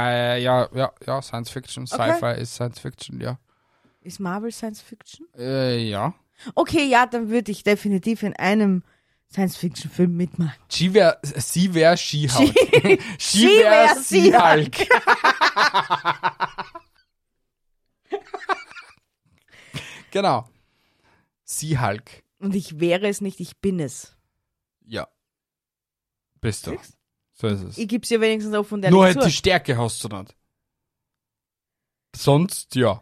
[SPEAKER 1] ja, ja, ja, Science Fiction.
[SPEAKER 2] Okay.
[SPEAKER 1] Sci-Fi ist Science Fiction, ja.
[SPEAKER 2] Ist Marvel Science Fiction?
[SPEAKER 1] Äh, ja.
[SPEAKER 2] Okay, ja, dann würde ich definitiv in einem Science Fiction Film mitmachen.
[SPEAKER 1] Sie wär, sie wär She-Hulk. [LAUGHS]
[SPEAKER 2] Sie wär
[SPEAKER 1] genau. She-Hulk.
[SPEAKER 2] Und ich wäre es nicht, ich bin es.
[SPEAKER 1] Ja. Bist du. So ist es.
[SPEAKER 2] Ich gib's ja wenigstens auf und
[SPEAKER 1] Nur
[SPEAKER 2] ehrlich
[SPEAKER 1] halt die
[SPEAKER 2] zu.
[SPEAKER 1] Stärke hast du nicht.
[SPEAKER 2] [LAUGHS]
[SPEAKER 1] Sonst, ja.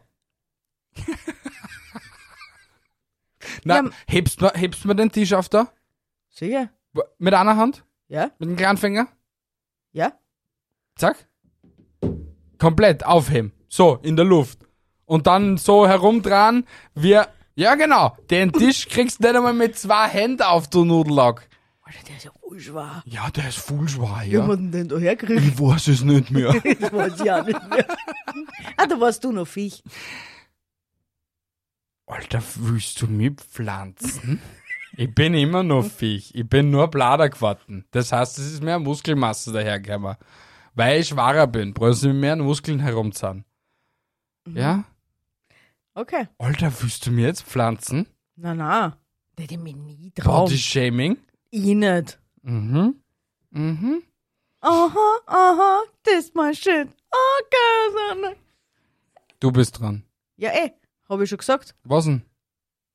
[SPEAKER 1] Na,
[SPEAKER 2] Ja,
[SPEAKER 1] hebst du hebst mir den Tisch auf da?
[SPEAKER 2] Sicher?
[SPEAKER 1] Mit einer Hand?
[SPEAKER 2] Ja?
[SPEAKER 1] Mit dem kleinen Finger?
[SPEAKER 2] Ja?
[SPEAKER 1] Zack. Komplett aufheben. So, in der Luft. Und dann so herumdrehen. Wir. Ja, genau. Den
[SPEAKER 2] [LAUGHS]
[SPEAKER 1] Tisch kriegst du nicht einmal mit zwei Händen auf, du Nudellack.
[SPEAKER 2] Alter, der ist ja voll schwer.
[SPEAKER 1] Ja, der ist voll schwer,
[SPEAKER 2] Ja. Wie hat
[SPEAKER 1] ja.
[SPEAKER 2] man denn da hergekriegt?
[SPEAKER 1] [LAUGHS] Ich weiß es
[SPEAKER 2] [LAUGHS]
[SPEAKER 1] nicht mehr.
[SPEAKER 2] Das weiß ich auch nicht mehr. Ah, da warst du noch Viech.
[SPEAKER 1] Alter, willst du mich pflanzen? Ich bin immer nur Viech. Ich bin nur Blader geworden. Das heißt, es ist mehr Muskelmasse dahergekommen. Weil ich schwacher bin, brauchst du mit mehr Muskeln herumzahlen. Ja?
[SPEAKER 2] Okay.
[SPEAKER 1] Alter, willst du mir jetzt pflanzen?
[SPEAKER 2] Na, na. Der hätte ich mich nie drauf.
[SPEAKER 1] Body Shaming?
[SPEAKER 2] Ich nicht.
[SPEAKER 1] Mhm. Mhm.
[SPEAKER 2] Aha, aha, das my shit. Oh, Gott.
[SPEAKER 1] Du bist dran.
[SPEAKER 2] Ja, eh, habe ich schon gesagt.
[SPEAKER 1] Was denn?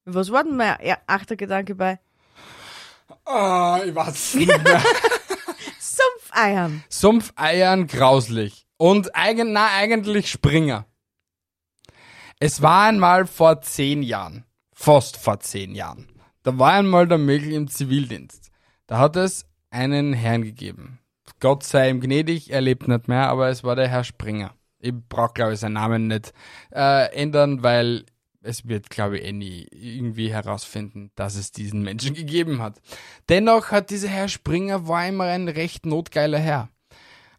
[SPEAKER 2] Was war denn mein er- achter Gedanke bei
[SPEAKER 1] Ah, ich weiß nicht mehr.
[SPEAKER 2] Sumpfeiern?
[SPEAKER 1] Sumpfeiern grauslich. Und eigen, na, eigentlich Springer. Es war einmal vor zehn Jahren, fast vor zehn Jahren, da war einmal der Mögel im Zivildienst. Da hat es einen Herrn gegeben. Gott sei ihm gnädig, er lebt nicht mehr, aber es war der Herr Springer. Ich brauche, glaube ich, seinen Namen nicht äh, ändern, weil es wird, glaube ich, eh nie irgendwie herausfinden, dass es diesen Menschen [LAUGHS] gegeben hat. Dennoch hat dieser Herr Springer war immer ein recht notgeiler Herr.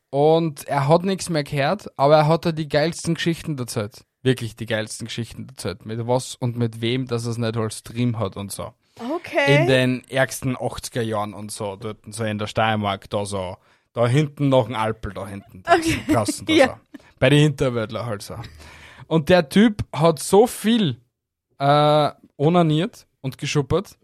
[SPEAKER 1] Und er hat nichts mehr gehört, aber er hat da die geilsten Geschichten erzählt. Wirklich die geilsten Geschichten erzählt. Mit was und mit wem, dass er es nicht als Stream hat und so.
[SPEAKER 2] Okay.
[SPEAKER 1] In den ärgsten 80er Jahren und so, dort so in der Steiermark, da so. Da hinten noch ein Alpel, da hinten. Da draußen, da
[SPEAKER 2] Ja.
[SPEAKER 1] so. Bei den Hinterwäldler halt so. Und der Typ hat so viel äh, onaniert und geschuppert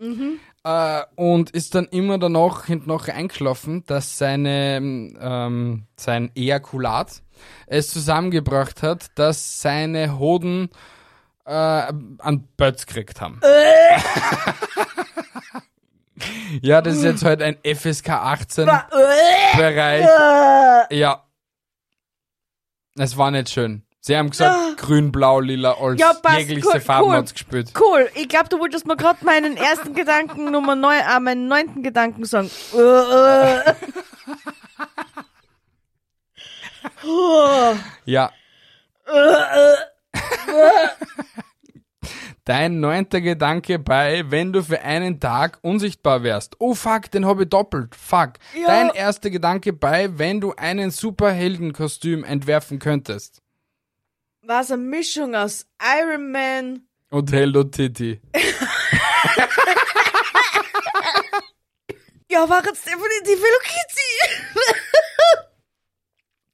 [SPEAKER 1] äh, und ist dann immer danach hinten noch eingeschlafen, dass seine, ähm, sein Ejakulat es zusammengebracht hat, dass seine Hoden äh, an Bötz gekriegt haben.
[SPEAKER 2] Äh.
[SPEAKER 1] [LAUGHS] ja, das ist jetzt halt ein FSK 18
[SPEAKER 2] Äh.
[SPEAKER 1] Bereich. Ja. Es war nicht schön. Sie haben gesagt, grün, blau, lila, alles.
[SPEAKER 2] Ah. Ja, passt.
[SPEAKER 1] Jeglichste
[SPEAKER 2] Cool,
[SPEAKER 1] Farben
[SPEAKER 2] cool.
[SPEAKER 1] hat's gespielt.
[SPEAKER 2] Cool, ich glaube, du wolltest mir gerade meinen ersten Gedanken, Nummer neun, äh, meinen neunten Gedanken sagen. Äh, äh. Oh,
[SPEAKER 1] Ja.
[SPEAKER 2] äh, äh.
[SPEAKER 1] Dein neunter Gedanke bei, wenn du für einen Tag unsichtbar wärst. Oh fuck, den habe ich doppelt. Fuck.
[SPEAKER 2] Ja.
[SPEAKER 1] Dein erster Gedanke bei, wenn du einen Superheldenkostüm entwerfen könntest.
[SPEAKER 2] War es eine Mischung aus Iron Man?
[SPEAKER 1] Und Hello Titty.
[SPEAKER 2] Ja, war jetzt definitiv Hello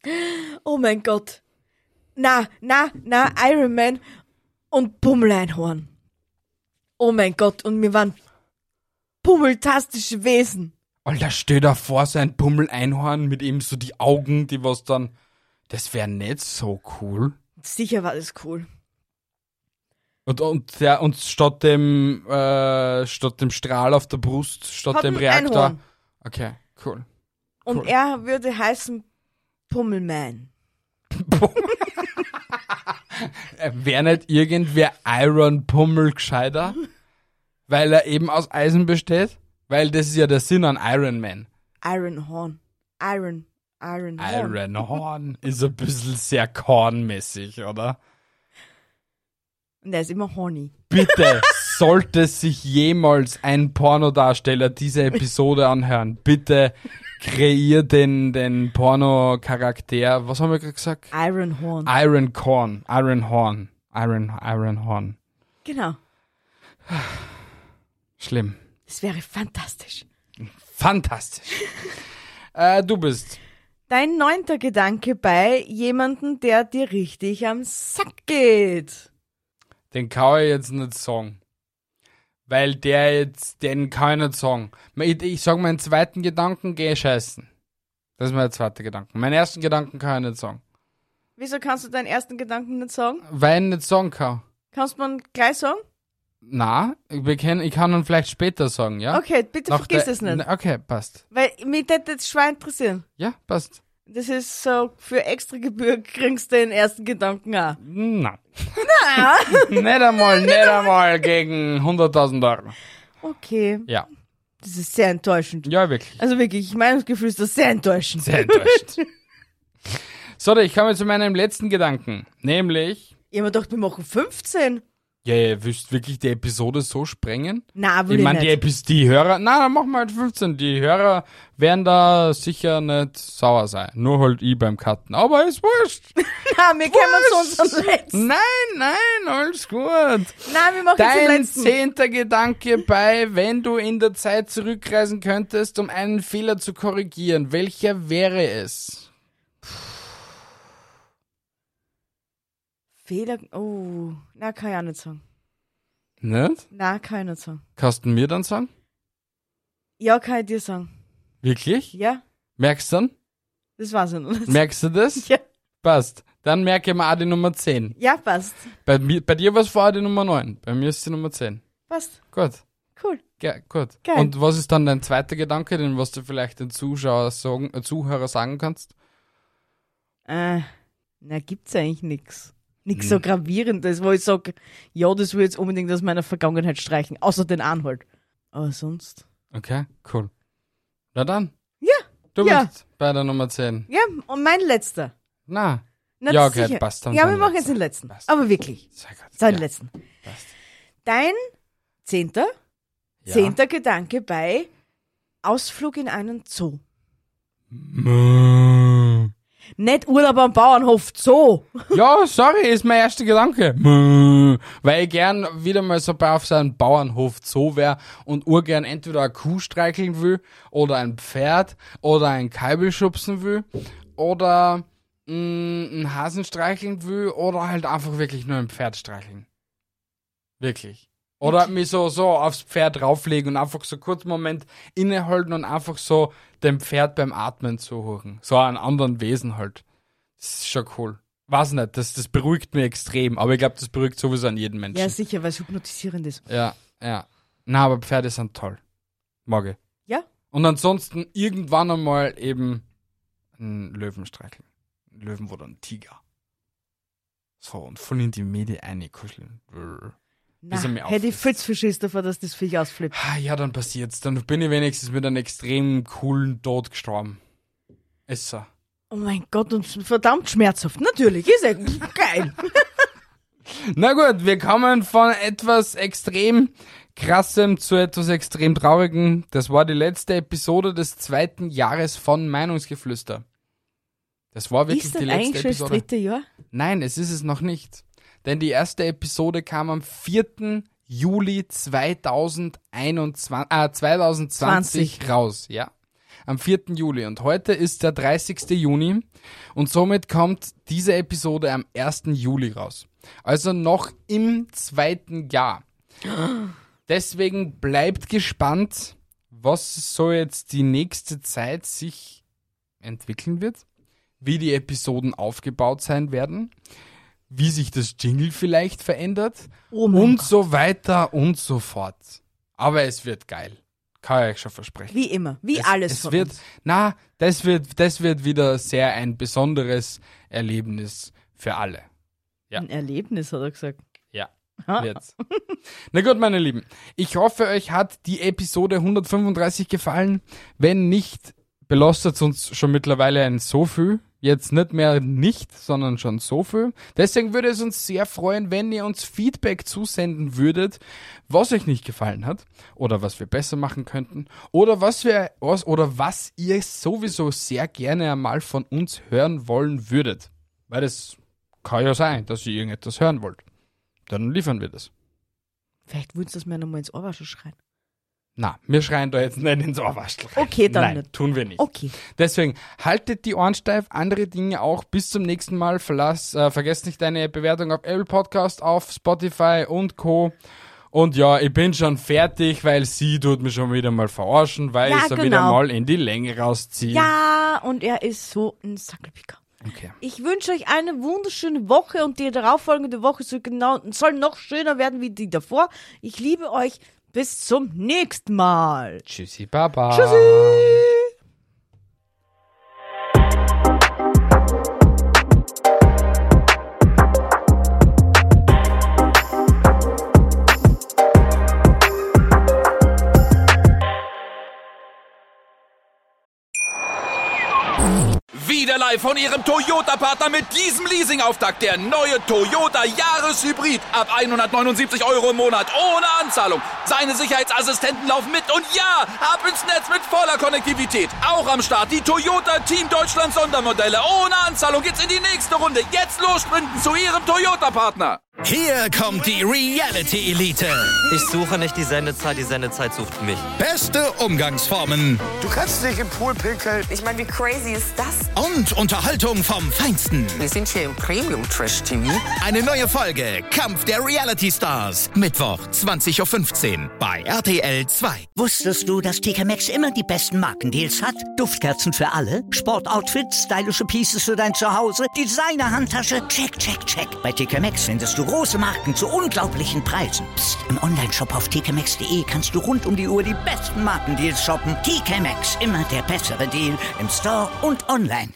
[SPEAKER 2] Kitty. [LAUGHS] oh mein Gott. Na, na, na, Iron Man und Pummeleinhorn. Oh mein Gott, und wir waren pummeltastische Wesen.
[SPEAKER 1] Alter, stell dir vor, so ein Pummel-Einhorn mit eben so die Augen, die was dann... Das wäre nicht so cool.
[SPEAKER 2] Sicher war das cool.
[SPEAKER 1] Und, und, der, und statt dem äh, statt dem Strahl auf der Brust, statt
[SPEAKER 2] Hat
[SPEAKER 1] dem
[SPEAKER 2] ein
[SPEAKER 1] Reaktor.
[SPEAKER 2] Einhorn.
[SPEAKER 1] Okay, cool.
[SPEAKER 2] Und er würde heißen Pummelman.
[SPEAKER 1] Wäre nicht irgendwer Iron Pummel gescheiter? weil er eben aus Eisen besteht? Weil das ist ja der Sinn an Iron Man.
[SPEAKER 2] Iron Horn. Iron, Iron Horn.
[SPEAKER 1] Iron Horn ist ein bisschen sehr kornmäßig, oder?
[SPEAKER 2] Und er ist immer horny.
[SPEAKER 1] Bitte, sollte sich jemals ein Pornodarsteller diese Episode anhören, bitte kreier den, den Porno-Charakter. Was haben wir gerade gesagt?
[SPEAKER 2] Iron Horn.
[SPEAKER 1] Iron Corn, Iron Horn, Iron, Iron Horn.
[SPEAKER 2] genau.
[SPEAKER 1] Schlimm.
[SPEAKER 2] Das wäre fantastisch.
[SPEAKER 1] Fantastisch. äh, du bist.
[SPEAKER 2] Dein neunter Gedanke bei jemanden, der dir richtig am Sack geht.
[SPEAKER 1] Den kann ich jetzt nicht sagen. Weil der jetzt, den kann ich nicht sagen. Ich, ich sag meinen zweiten Gedanken, geh scheißen. Das ist mein zweiter Gedanke. Meinen ersten Gedanken kann ich nicht sagen.
[SPEAKER 2] Wieso kannst du deinen ersten Gedanken nicht sagen?
[SPEAKER 1] Weil ich nicht sagen kann.
[SPEAKER 2] Kannst man gleich sagen?
[SPEAKER 1] Na, wir können, ich kann ihn vielleicht später sagen, ja?
[SPEAKER 2] Okay, bitte
[SPEAKER 1] Nach
[SPEAKER 2] vergiss
[SPEAKER 1] der- ne-
[SPEAKER 2] es nicht.
[SPEAKER 1] Na, Okay, passt.
[SPEAKER 2] Weil mich das jetzt schwer interessieren.
[SPEAKER 1] Ja, passt.
[SPEAKER 2] Das ist so, für extra Gebühr kriegst du den ersten Gedanken auch.
[SPEAKER 1] Na. [LAUGHS] nicht einmal, nicht einmal gegen 100.000 Euro.
[SPEAKER 2] Okay.
[SPEAKER 1] Ja.
[SPEAKER 2] Das ist sehr enttäuschend.
[SPEAKER 1] Ja, wirklich.
[SPEAKER 2] Also wirklich, ich mein Gefühl ist das sehr enttäuschend.
[SPEAKER 1] Sehr enttäuscht. so, ich komme zu meinem letzten Gedanken. Nämlich,
[SPEAKER 2] Ich hab mir gedacht, wir machen 15.
[SPEAKER 1] ja, ihr willst wirklich die Episode so sprengen?
[SPEAKER 2] Na, will
[SPEAKER 1] Ich
[SPEAKER 2] ich,
[SPEAKER 1] meine, die,
[SPEAKER 2] nicht.
[SPEAKER 1] Epis- die Hörer, na, dann machen wir halt 15. Die Hörer werden da sicher nicht sauer sein. Nur halt ich beim Cutten. Aber ist
[SPEAKER 2] [LAUGHS]
[SPEAKER 1] wurscht.
[SPEAKER 2] Na, wir kommen zu unserem letzten.
[SPEAKER 1] nein, nein, alles
[SPEAKER 2] [LAUGHS]
[SPEAKER 1] gut.
[SPEAKER 2] Nein, wir machen jetzt den
[SPEAKER 1] Dein
[SPEAKER 2] letzten.
[SPEAKER 1] zehnter Gedanke bei, wenn du in der Zeit zurückreisen könntest, um einen Fehler zu korrigieren, welcher wäre es?
[SPEAKER 2] Fehler. Oh, na, kann ich auch nicht sagen.
[SPEAKER 1] Nicht?
[SPEAKER 2] Na, kann ich nicht sagen.
[SPEAKER 1] Kannst du mir dann sagen?
[SPEAKER 2] Ja, kann ich dir sagen.
[SPEAKER 1] Wirklich?
[SPEAKER 2] Ja,
[SPEAKER 1] Merkst du dann?
[SPEAKER 2] das war's ja
[SPEAKER 1] [LAUGHS]
[SPEAKER 2] noch nicht.
[SPEAKER 1] Merkst du das?
[SPEAKER 2] Ja.
[SPEAKER 1] Passt. Dann merke ich mir auch die Nummer 10.
[SPEAKER 2] Ja, passt.
[SPEAKER 1] Bei, mir, bei dir war es vorher die Nummer 9. Bei mir ist die Nummer 10.
[SPEAKER 2] Passt.
[SPEAKER 1] Gut.
[SPEAKER 2] Cool.
[SPEAKER 1] Ge gut.
[SPEAKER 2] Geil.
[SPEAKER 1] Und was ist dann dein zweiter Gedanke, den was du vielleicht den Zuschauer sagen, äh, Zuhörer sagen kannst?
[SPEAKER 2] Äh, na, gibt's eigentlich nix. Nix
[SPEAKER 1] Hm.
[SPEAKER 2] so gravierendes, wo ich sag, ja, das will ich jetzt unbedingt aus meiner Vergangenheit streichen. Außer den Anhalt. Aber sonst.
[SPEAKER 1] Okay, cool. Na dann.
[SPEAKER 2] Ja,
[SPEAKER 1] Du
[SPEAKER 2] Ja.
[SPEAKER 1] bist bei der Nummer 10.
[SPEAKER 2] ja, und mein letzter.
[SPEAKER 1] Na,
[SPEAKER 2] Na,
[SPEAKER 1] Ja,
[SPEAKER 2] das
[SPEAKER 1] okay,
[SPEAKER 2] sicher.
[SPEAKER 1] passt dann
[SPEAKER 2] Ja,
[SPEAKER 1] sein
[SPEAKER 2] wir machen jetzt den letzten.
[SPEAKER 1] Passt.
[SPEAKER 2] Aber wirklich.
[SPEAKER 1] sehr gut.
[SPEAKER 2] Seinen
[SPEAKER 1] Ja.
[SPEAKER 2] letzten.
[SPEAKER 1] passt.
[SPEAKER 2] Dein zehnter,
[SPEAKER 1] Ja.
[SPEAKER 2] zehnter Gedanke bei Ausflug in einen Zoo.
[SPEAKER 1] Mö.
[SPEAKER 2] Nicht Urlaub am Bauernhof, Zoo.
[SPEAKER 1] Ja, sorry, ist mein erster Gedanke. Mö. Weil ich gern wieder mal so bei auf so einem Bauernhof Zoo wär und urgern entweder eine Kuh streicheln will oder ein Pferd oder ein Kalbel schubsen will oder mh, einen Hasen streicheln will oder halt einfach wirklich nur ein Pferd streicheln. Wirklich. Oder mich so, so aufs Pferd drauflegen und einfach so kurz einen Moment innehalten und einfach so dem Pferd beim Atmen zuhören. So einen anderen Wesen halt. Das ist schon cool. Weiß nicht, das, das beruhigt mir extrem, aber ich glaube, das beruhigt sowieso an jeden Menschen.
[SPEAKER 2] Ja, sicher, weil es hypnotisierend ist.
[SPEAKER 1] Ja, ja. Na, aber Pferde sind toll. Mag ich.
[SPEAKER 2] Ja?
[SPEAKER 1] Und ansonsten irgendwann einmal eben einen Löwen streicheln. Einen Löwen oder einen Tiger. So, und voll in die Mäde einkuscheln. Brr. Bis er mich
[SPEAKER 2] Na, hätte ich
[SPEAKER 1] auffrisst.
[SPEAKER 2] viel zu viel Schiss davor, dass das Viech ausflippt.
[SPEAKER 1] Ah, Ja, dann passiert's. Dann bin ich wenigstens mit einem extrem coolen Tod gestorben. Ist so.
[SPEAKER 2] Oh mein Gott, und verdammt schmerzhaft. Natürlich, ist er geil.
[SPEAKER 1] Na gut, wir kommen von etwas extrem krassem zu etwas extrem traurigem. Das war die letzte Episode des zweiten Jahres von Meinungsgeflüster. Das war [LAUGHS] wirklich
[SPEAKER 2] Ist
[SPEAKER 1] die
[SPEAKER 2] das
[SPEAKER 1] letzte
[SPEAKER 2] eigentlich schon das
[SPEAKER 1] Episode.
[SPEAKER 2] dritte Jahr?
[SPEAKER 1] Nein, es ist es noch nicht. Denn die erste Episode kam am 4. Juli 2021, äh, 2020 raus, ja. Am 4. Juli. Und heute ist der 30. Juni. Und somit kommt diese Episode am 1. Juli raus. Also noch im zweiten Jahr. Deswegen bleibt gespannt, was so jetzt die nächste Zeit sich entwickeln wird wie die Episoden aufgebaut sein werden, wie sich das Jingle vielleicht verändert
[SPEAKER 2] Oh mein
[SPEAKER 1] und
[SPEAKER 2] Gott.
[SPEAKER 1] so weiter und so fort. Aber es wird geil. Kann ich euch schon versprechen.
[SPEAKER 2] Wie immer, wie
[SPEAKER 1] es,
[SPEAKER 2] alles
[SPEAKER 1] es
[SPEAKER 2] von
[SPEAKER 1] wird,
[SPEAKER 2] uns.
[SPEAKER 1] Na, das wird, das wird wieder sehr ein besonderes Erlebnis für alle. ja.
[SPEAKER 2] Ein Erlebnis, hat er gesagt.
[SPEAKER 1] Ja.
[SPEAKER 2] Ha.
[SPEAKER 1] Wird's. Na gut, meine Lieben. Ich hoffe, euch hat die Episode 135 gefallen. Wenn nicht, belastet uns schon mittlerweile ein so viel. Jetzt nicht mehr nicht, sondern schon so viel. Deswegen würde es uns sehr freuen, wenn ihr uns Feedback zusenden würdet, was euch nicht gefallen hat oder was wir besser machen könnten oder was wir was, oder was ihr sowieso sehr gerne einmal von uns hören wollen würdet. Weil das kann ja sein, dass ihr irgendetwas hören wollt dann liefern wir das.
[SPEAKER 2] Vielleicht würdest du das mir nochmal ins Ohrwasser schreien.
[SPEAKER 1] Na, wir schreien da jetzt nicht ins Ohrwaschel. rein.
[SPEAKER 2] Okay, dann
[SPEAKER 1] Nein,
[SPEAKER 2] nicht.
[SPEAKER 1] tun wir nicht.
[SPEAKER 2] Okay.
[SPEAKER 1] Deswegen haltet die Ohren steif, andere Dinge auch. Bis zum nächsten Mal. Verlass, äh, vergesst nicht deine Bewertung auf Apple Podcast, auf Spotify und Co. Und ja, ich bin schon fertig, weil sie tut mich schon wieder mal verarschen, weil
[SPEAKER 2] Ja,
[SPEAKER 1] ich sie
[SPEAKER 2] genau.
[SPEAKER 1] wieder mal in die Länge rausziehe.
[SPEAKER 2] Ja, und er ist so ein Sackelpicker.
[SPEAKER 1] Okay.
[SPEAKER 2] Ich wünsche euch eine wunderschöne Woche und die darauffolgende Woche soll, genau, soll noch schöner werden wie die davor. Ich liebe euch. Bis zum nächsten Mal.
[SPEAKER 1] Tschüssi, Baba.
[SPEAKER 2] Tschüssi.
[SPEAKER 3] Wieder live von Ihrem Toyota-Partner mit diesem Leasing-Auftakt. Der neue Toyota Jahreshybrid. Ab 179 Euro im Monat ohne Anzahlung. Seine Sicherheitsassistenten laufen mit. Und ja, ab ins Netz mit voller Konnektivität. Auch am Start die Toyota Team Deutschland Sondermodelle. Ohne Anzahlung geht's in die nächste Runde. Jetzt los sprinten zu Ihrem Toyota-Partner.
[SPEAKER 4] Hier kommt die Reality Elite.
[SPEAKER 5] Ich suche nicht die Sendezeit, die Sendezeit sucht mich.
[SPEAKER 4] Beste Umgangsformen
[SPEAKER 6] Du kannst dich im Pool pinkeln.
[SPEAKER 7] Ich meine, wie crazy ist das?
[SPEAKER 4] und Unterhaltung vom Feinsten.
[SPEAKER 7] Wir sind hier im Premium Trash TV.
[SPEAKER 4] Eine neue Folge Kampf der Reality Stars. Mittwoch, 20.15 Uhr bei RTL 2.
[SPEAKER 8] Wusstest du, dass TK Maxx immer die besten Markendeals hat? Duftkerzen für alle, Sportoutfits, stylische Pieces für dein Zuhause, Designer-Handtasche, check, check, check. Bei TK Maxx findest du große Marken zu unglaublichen Preisen. Psst. im Onlineshop auf tkmaxx.de kannst du rund um die Uhr die besten Markendeals shoppen. TK Maxx, immer der bessere Deal im Store und online.